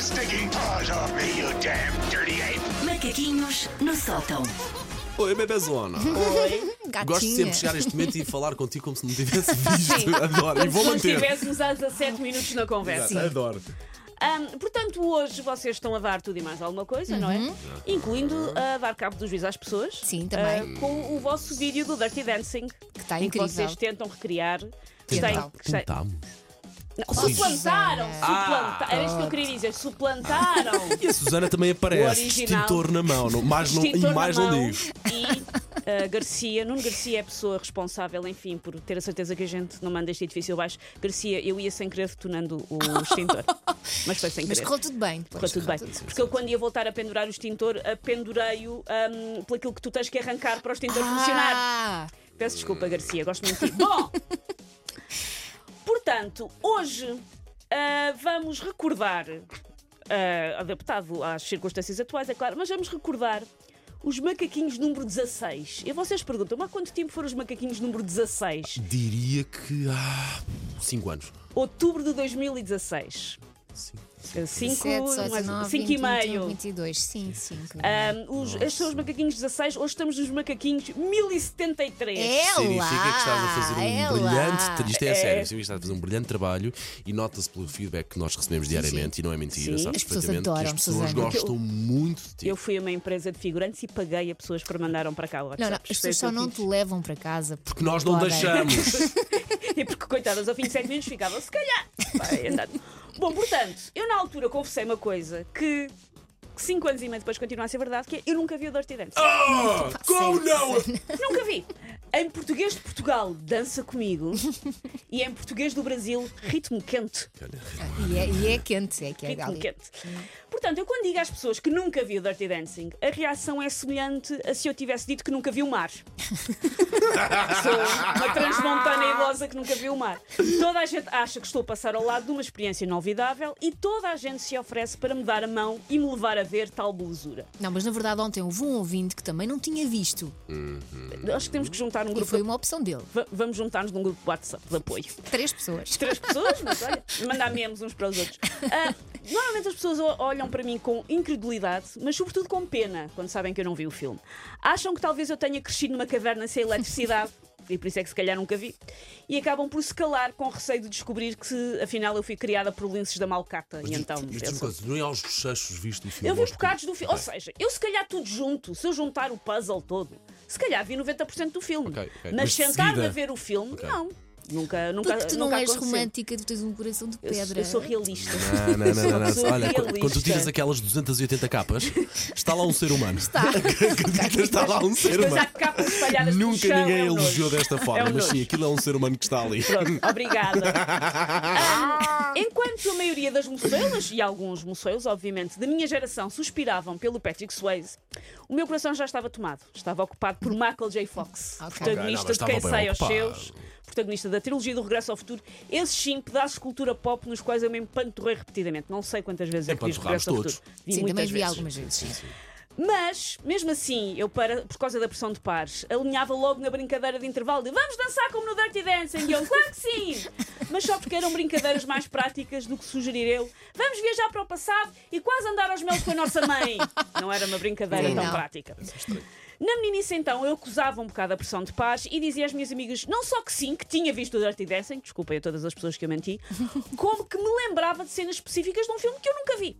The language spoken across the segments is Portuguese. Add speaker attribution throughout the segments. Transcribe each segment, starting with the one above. Speaker 1: stinking paws off me, you damn dirty ape!
Speaker 2: Macaquinhos no sótão.
Speaker 3: Oi, bebezona.
Speaker 4: Gatinha.
Speaker 3: Gosto sempre de chegar a este momento e falar contigo como se não tivesse visto.
Speaker 4: Sim.
Speaker 3: Adoro. E vou
Speaker 5: Se não
Speaker 3: manter.
Speaker 5: estivéssemos há 17 minutos na conversa.
Speaker 3: Exato, Adoro.
Speaker 5: Ahm, portanto, hoje vocês estão a dar tudo e mais alguma coisa, não é? Incluindo a dar cabo do juízo às pessoas.
Speaker 4: Uhum. Sim, também.
Speaker 5: ah, com o vosso vídeo do Dirty Dancing. Que
Speaker 4: está
Speaker 5: em que
Speaker 4: incrível.
Speaker 5: vocês tentam recriar. que está em-
Speaker 3: Então,
Speaker 4: Tentam.
Speaker 5: que está em-
Speaker 3: Tentamos.
Speaker 5: Não, suplantaram!
Speaker 3: Ah,
Speaker 5: suplanta- Era isto que eu queria dizer. Suplantaram!
Speaker 3: E a Susana também aparece.
Speaker 5: original.
Speaker 3: Extintor na mão. Não, mais não, e
Speaker 5: Extintor
Speaker 3: mais
Speaker 5: na
Speaker 3: não
Speaker 5: mão
Speaker 3: digo.
Speaker 5: E ah, Garcia, Nuno Garcia é a pessoa responsável, enfim, por ter a certeza que a gente não manda este edifício abaixo. Garcia, eu ia sem querer detonando o extintor. mas foi sem
Speaker 4: Mas
Speaker 5: querer.
Speaker 4: correu tudo bem depois.
Speaker 5: Correu tudo bem. Porque eu, quando ia voltar a pendurar o extintor, ah, pendurei-o ahm, por aquilo que tu tens que arrancar para o extintor funcionar.
Speaker 4: Ah,
Speaker 5: Peço desculpa, Garcia, gosto muito de ti. Bom, portanto, hoje ah, vamos recordar, ah, adaptado às circunstâncias atuais, é claro, mas vamos recordar os macaquinhos número 16. E vocês perguntam, mas há quanto tempo foram os macaquinhos número 16?
Speaker 3: Diria que há 5 anos.
Speaker 5: Outubro de 2016.
Speaker 3: Sim.
Speaker 5: 5
Speaker 4: 7, 18, 19,
Speaker 5: 5 um, e um.
Speaker 4: 20, 21,
Speaker 5: meio. Ah,
Speaker 4: 22, sim, 5.
Speaker 5: Ahm, os, estes são os macaquinhos 16, hoje estamos nos macaquinhos 1073.
Speaker 3: Significa que estás a fazer um brilhante. Isto é,
Speaker 5: É.
Speaker 3: sério. Significa que estás a fazer um brilhante trabalho e nota-se pelo feedback que nós recebemos diariamente. E não é mentira,
Speaker 5: Sim.
Speaker 3: sabes
Speaker 4: As pessoas
Speaker 3: perfeitamente que as
Speaker 4: adoram,
Speaker 3: pessoas
Speaker 4: Susana.
Speaker 3: gostam muito de ti.
Speaker 5: Eu fui a uma empresa de figurantes e paguei a pessoas para mandaram para cá.
Speaker 4: Não, não, as pessoas só não te levam para casa.
Speaker 3: Porque nós não
Speaker 4: Podem.
Speaker 3: deixamos.
Speaker 5: E porque, coitadas, ao fim de 7 minutos ficavam, se calhar. Vai, andando. Bom, portanto, eu na altura confessei uma coisa que 5 anos e meio depois continua a ser verdade, que é eu nunca vi o Dirty Dance.
Speaker 3: Ah, como não?
Speaker 5: Nunca vi. Em português de Portugal, dança comigo. e em português do Brasil, ritmo quente.
Speaker 4: E é, e é quente, é que é
Speaker 5: Ritmo
Speaker 4: ali.
Speaker 5: quente. Portanto, eu quando digo às pessoas que nunca vi o Dirty Dancing, a reação é semelhante a se eu tivesse dito que nunca vi o mar. Sou uma transmontana idosa que nunca viu o mar. Toda a gente acha que estou a passar ao lado de uma experiência inolvidável e toda a gente se oferece para me dar a mão e me levar a ver tal blusura.
Speaker 4: Não, mas na verdade ontem houve um ouvinte que também não tinha visto.
Speaker 5: Acho que temos que juntar um
Speaker 4: E
Speaker 5: grupo.
Speaker 4: foi uma opção dele.
Speaker 5: Va- Vamos juntar-nos num grupo de WhatsApp de apoio.
Speaker 4: Três pessoas.
Speaker 5: três pessoas, mas olha, mandar memes uns para os outros. Ah, normalmente as pessoas o- olham para mim com incredulidade, mas sobretudo com pena, quando sabem que eu não vi o filme. Acham que talvez eu tenha crescido numa caverna sem eletricidade. E por isso é que se calhar nunca vi. E acabam por se calar com receio de descobrir que se, afinal eu fui criada por linces da malcata. e então.
Speaker 3: Mas
Speaker 5: eu
Speaker 3: diz-me uma
Speaker 5: sou-
Speaker 3: coisa, não é aos bochechos visto o filme?
Speaker 5: eu vi
Speaker 3: aos
Speaker 5: bocados do filme. Ou
Speaker 3: Bem,
Speaker 5: seja, eu se calhar tudo junto, se eu juntar o puzzle todo, se calhar vi 90% do filme.
Speaker 3: Ok, ok.
Speaker 5: Mas
Speaker 3: Mas de
Speaker 5: sentar-me
Speaker 3: seguida?
Speaker 5: a ver o filme,
Speaker 3: Ok.
Speaker 5: não. Nunca, nunca.
Speaker 4: Porque tu não
Speaker 5: nunca
Speaker 4: és
Speaker 5: aconteceu.
Speaker 4: romântica, tu tens um coração de
Speaker 5: Eu sou-
Speaker 4: pedra.
Speaker 5: Eu sou realista.
Speaker 3: Não, não, não, não, não.
Speaker 5: Sou
Speaker 3: Olha, quando,
Speaker 5: realista.
Speaker 3: quando tu tiras aquelas 280 capas, está lá um ser humano.
Speaker 4: Tá.
Speaker 3: Acredita, está lá um ser
Speaker 5: Mas há
Speaker 3: humano.
Speaker 5: capas espalhadas pelo
Speaker 3: Nunca
Speaker 5: chão,
Speaker 3: ninguém
Speaker 5: é um nojo.
Speaker 3: elogiou desta
Speaker 5: É
Speaker 3: forma,
Speaker 5: um
Speaker 3: mas
Speaker 5: nojo.
Speaker 3: sim, aquilo é um ser humano que está ali.
Speaker 5: Pronto, obrigada. Ah, enquanto a maioria das moçoelas, e alguns moçoelos, obviamente, da minha geração suspiravam pelo Patrick Swayze, o meu coração já estava tomado. Estava ocupado por Michael J. Fox,
Speaker 3: Ok,
Speaker 4: Ok.
Speaker 3: não,
Speaker 5: protagonista
Speaker 3: mas
Speaker 5: de Quem
Speaker 3: estava bem
Speaker 5: Sai aos
Speaker 3: ocupado.
Speaker 5: Seus, protagonista da trilogia do Regresso ao Futuro. Esses sim pedaços de cultura pop nos quais eu me empanturrei repetidamente. Não sei quantas vezes é que fiz
Speaker 3: Empanturrámos
Speaker 5: Regresso ao
Speaker 3: todos.
Speaker 5: Futuro.
Speaker 4: Sim, também
Speaker 5: muitas
Speaker 4: vi
Speaker 5: vezes.
Speaker 4: algumas vezes. sim.
Speaker 5: Mas, mesmo assim, eu, para, por causa da pressão de pares, alinhava logo na brincadeira de intervalo de vamos dançar como no Dirty Dancing. E eu, claro que sim! Mas só porque eram brincadeiras mais práticas do que sugerir eu. Vamos viajar para o passado e quase andar aos melos com a nossa mãe. Não era uma brincadeira
Speaker 4: Sim,
Speaker 5: tão
Speaker 4: não.
Speaker 5: prática. Na meninice, então, eu acusava um bocado a pressão de paz e dizia às minhas amigas, não só que sim, que tinha visto o Dirty Dancing, desculpem a todas as pessoas que eu menti, como que me lembrava de cenas específicas de um filme que eu nunca vi.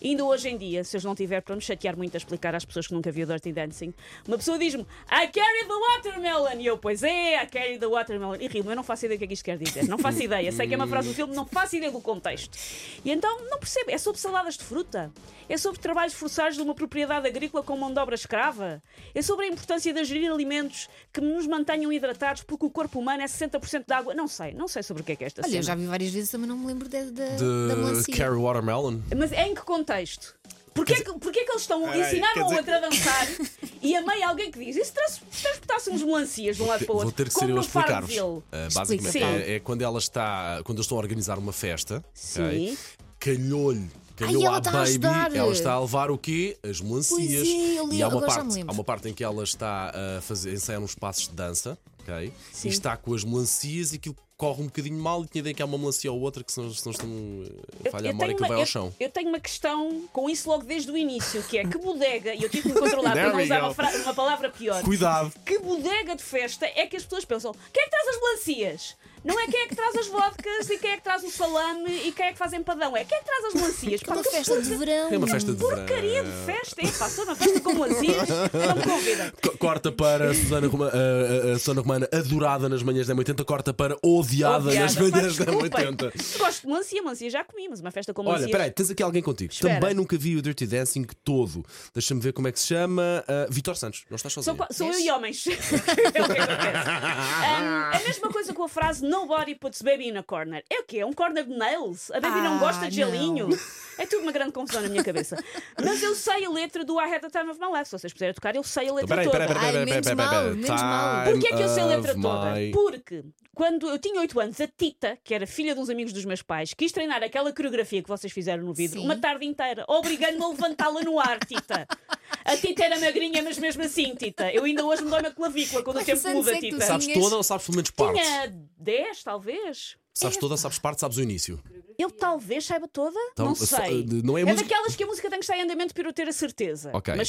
Speaker 5: E ainda hoje em dia, se eu não tiver para me chatear muito a explicar às pessoas que nunca vi o Dirty Dancing, uma pessoa diz-me, I carry the watermelon! E eu, pois é, I carry the watermelon. E rio-me, eu não faço ideia do que é que isto quer dizer, não faço ideia, sei que é uma frase do filme, não faço ideia do contexto. E então, não percebo, é sobre saladas de fruta? É sobre trabalhos forçados de uma propriedade agrícola com mão de obra escrava? É sobre a importância de gerir alimentos que nos mantenham hidratados porque o corpo humano é 60% de água? Não sei, não sei sobre o que é que é esta
Speaker 4: Olha, eu
Speaker 5: cena.
Speaker 4: já vi várias vezes, também não me lembro da, da, da
Speaker 3: De
Speaker 4: melancia.
Speaker 3: Carrie Watermelon.
Speaker 5: Mas em que contexto? Porquê, que, porquê que eles estão a
Speaker 3: Peraí,
Speaker 5: ensinar
Speaker 3: quer
Speaker 5: um
Speaker 3: dizer-
Speaker 5: outro a dançar e a meio alguém que diz e se trans- transportássemos melancias de um lado para o outro?
Speaker 3: Vou ter que
Speaker 5: como
Speaker 3: ser eu a
Speaker 5: no Farmville?"
Speaker 3: explicar-vos. Ah, basicamente,
Speaker 5: Sim.
Speaker 3: é, é quando ela está. Quando eles estão a organizar uma festa,
Speaker 5: Sim.
Speaker 3: ok? calhou-lhe. Calhou
Speaker 4: Ai, ela
Speaker 3: à
Speaker 4: está a
Speaker 3: baby,
Speaker 4: ajudar.
Speaker 3: ela está a levar o quê? As melancias.
Speaker 4: Pois é, eu li-
Speaker 3: e há uma,
Speaker 4: agora já
Speaker 3: parte,
Speaker 4: me lembro.
Speaker 3: há uma parte em que ela está a fazer, ensaiar uns passos de dança ok?
Speaker 5: Sim.
Speaker 3: E está com as melancias e aquilo corre um bocadinho mal e tinha de ir que há uma melancia ou outra que se não estão eh, a falhar a memória que vai
Speaker 5: eu,
Speaker 3: ao chão.
Speaker 5: eu tenho uma questão com isso logo desde o início, que é que bodega, e eu tive que me controlar para
Speaker 3: There
Speaker 5: não
Speaker 3: we
Speaker 5: usar
Speaker 3: go.
Speaker 5: uma, fra- uma palavra pior.
Speaker 3: Cuidado!
Speaker 5: Que bodega de festa é que as pessoas pensam? Quem é que traz as melancias? Não é quem é que traz as vodkas e quem é que traz o salame e quem é que faz empadão? É quem é que traz as melancias? Pá,
Speaker 4: Uma
Speaker 5: que
Speaker 4: festa de verão.
Speaker 3: É uma festa de
Speaker 5: porcaria de
Speaker 3: verão.
Speaker 5: festa! É, pá, sou uma festa com melancias, não me convidem.
Speaker 3: Co- Corta para a Susana, Roma- a- a- a Susana Romana, adorada nas manhãs da 80, corta para odiada, nas
Speaker 5: Obrigada.
Speaker 3: manhãs
Speaker 5: Pá,
Speaker 3: da
Speaker 5: desculpem.
Speaker 3: 80.
Speaker 5: Gosto de melancia, melancia já comi, mas uma festa com
Speaker 3: Olha,
Speaker 5: melancias.
Speaker 3: peraí, tens aqui alguém contigo.
Speaker 5: Espera.
Speaker 3: Também nunca vi o Dirty Dancing todo. Deixa-me ver como é que se chama. Ah, Vitor Santos, não estás
Speaker 5: Sou,
Speaker 3: sozinho.
Speaker 5: pa- sou eu e homens. é o que acontece. Um, a mesma coisa com a frase Nobody puts baby in a corner. É o quê? É um corner de nails? A baby não
Speaker 4: Ah,
Speaker 5: gosta de
Speaker 4: não.
Speaker 5: gelinho? É tudo uma grande confusão na minha cabeça. Mas eu sei a letra do I Had the Time of My Life. Se vocês puderem tocar, eu sei a letra
Speaker 3: Peraí,
Speaker 5: toda.
Speaker 3: peraí, peraí,
Speaker 4: Ai,
Speaker 3: peraí, peraí,
Speaker 4: menos
Speaker 3: peraí, peraí.
Speaker 4: mal, menos mal.
Speaker 3: Time
Speaker 5: Porquê é que eu sei a letra
Speaker 3: of
Speaker 5: toda?
Speaker 3: my-
Speaker 5: Porque quando eu tinha 8 anos, a Tita, que era filha de uns amigos dos meus pais, quis treinar aquela coreografia que vocês fizeram no vidro
Speaker 4: Sim.
Speaker 5: uma tarde inteira, obrigando-me a levantá-la no ar, Tita. A Tita era magrinha, mas mesmo assim, Tita. Eu ainda hoje me dói uma clavícula quando o
Speaker 4: Quantos
Speaker 5: tempo muda,
Speaker 4: anos é que tu
Speaker 5: Tita.
Speaker 3: Sabes
Speaker 4: Tinhas-
Speaker 3: toda ou sabes pelo menos parte?
Speaker 5: Tinha 10, talvez.
Speaker 3: Sabes toda, sabes parte, sabes o início.
Speaker 5: Eu talvez saiba toda?
Speaker 3: Então,
Speaker 5: não
Speaker 3: só-
Speaker 5: sei.
Speaker 3: de- não é
Speaker 5: é
Speaker 3: música-
Speaker 5: daquelas que a música tem que estar em andamento para eu ter a certeza.
Speaker 3: Ok.
Speaker 5: Mas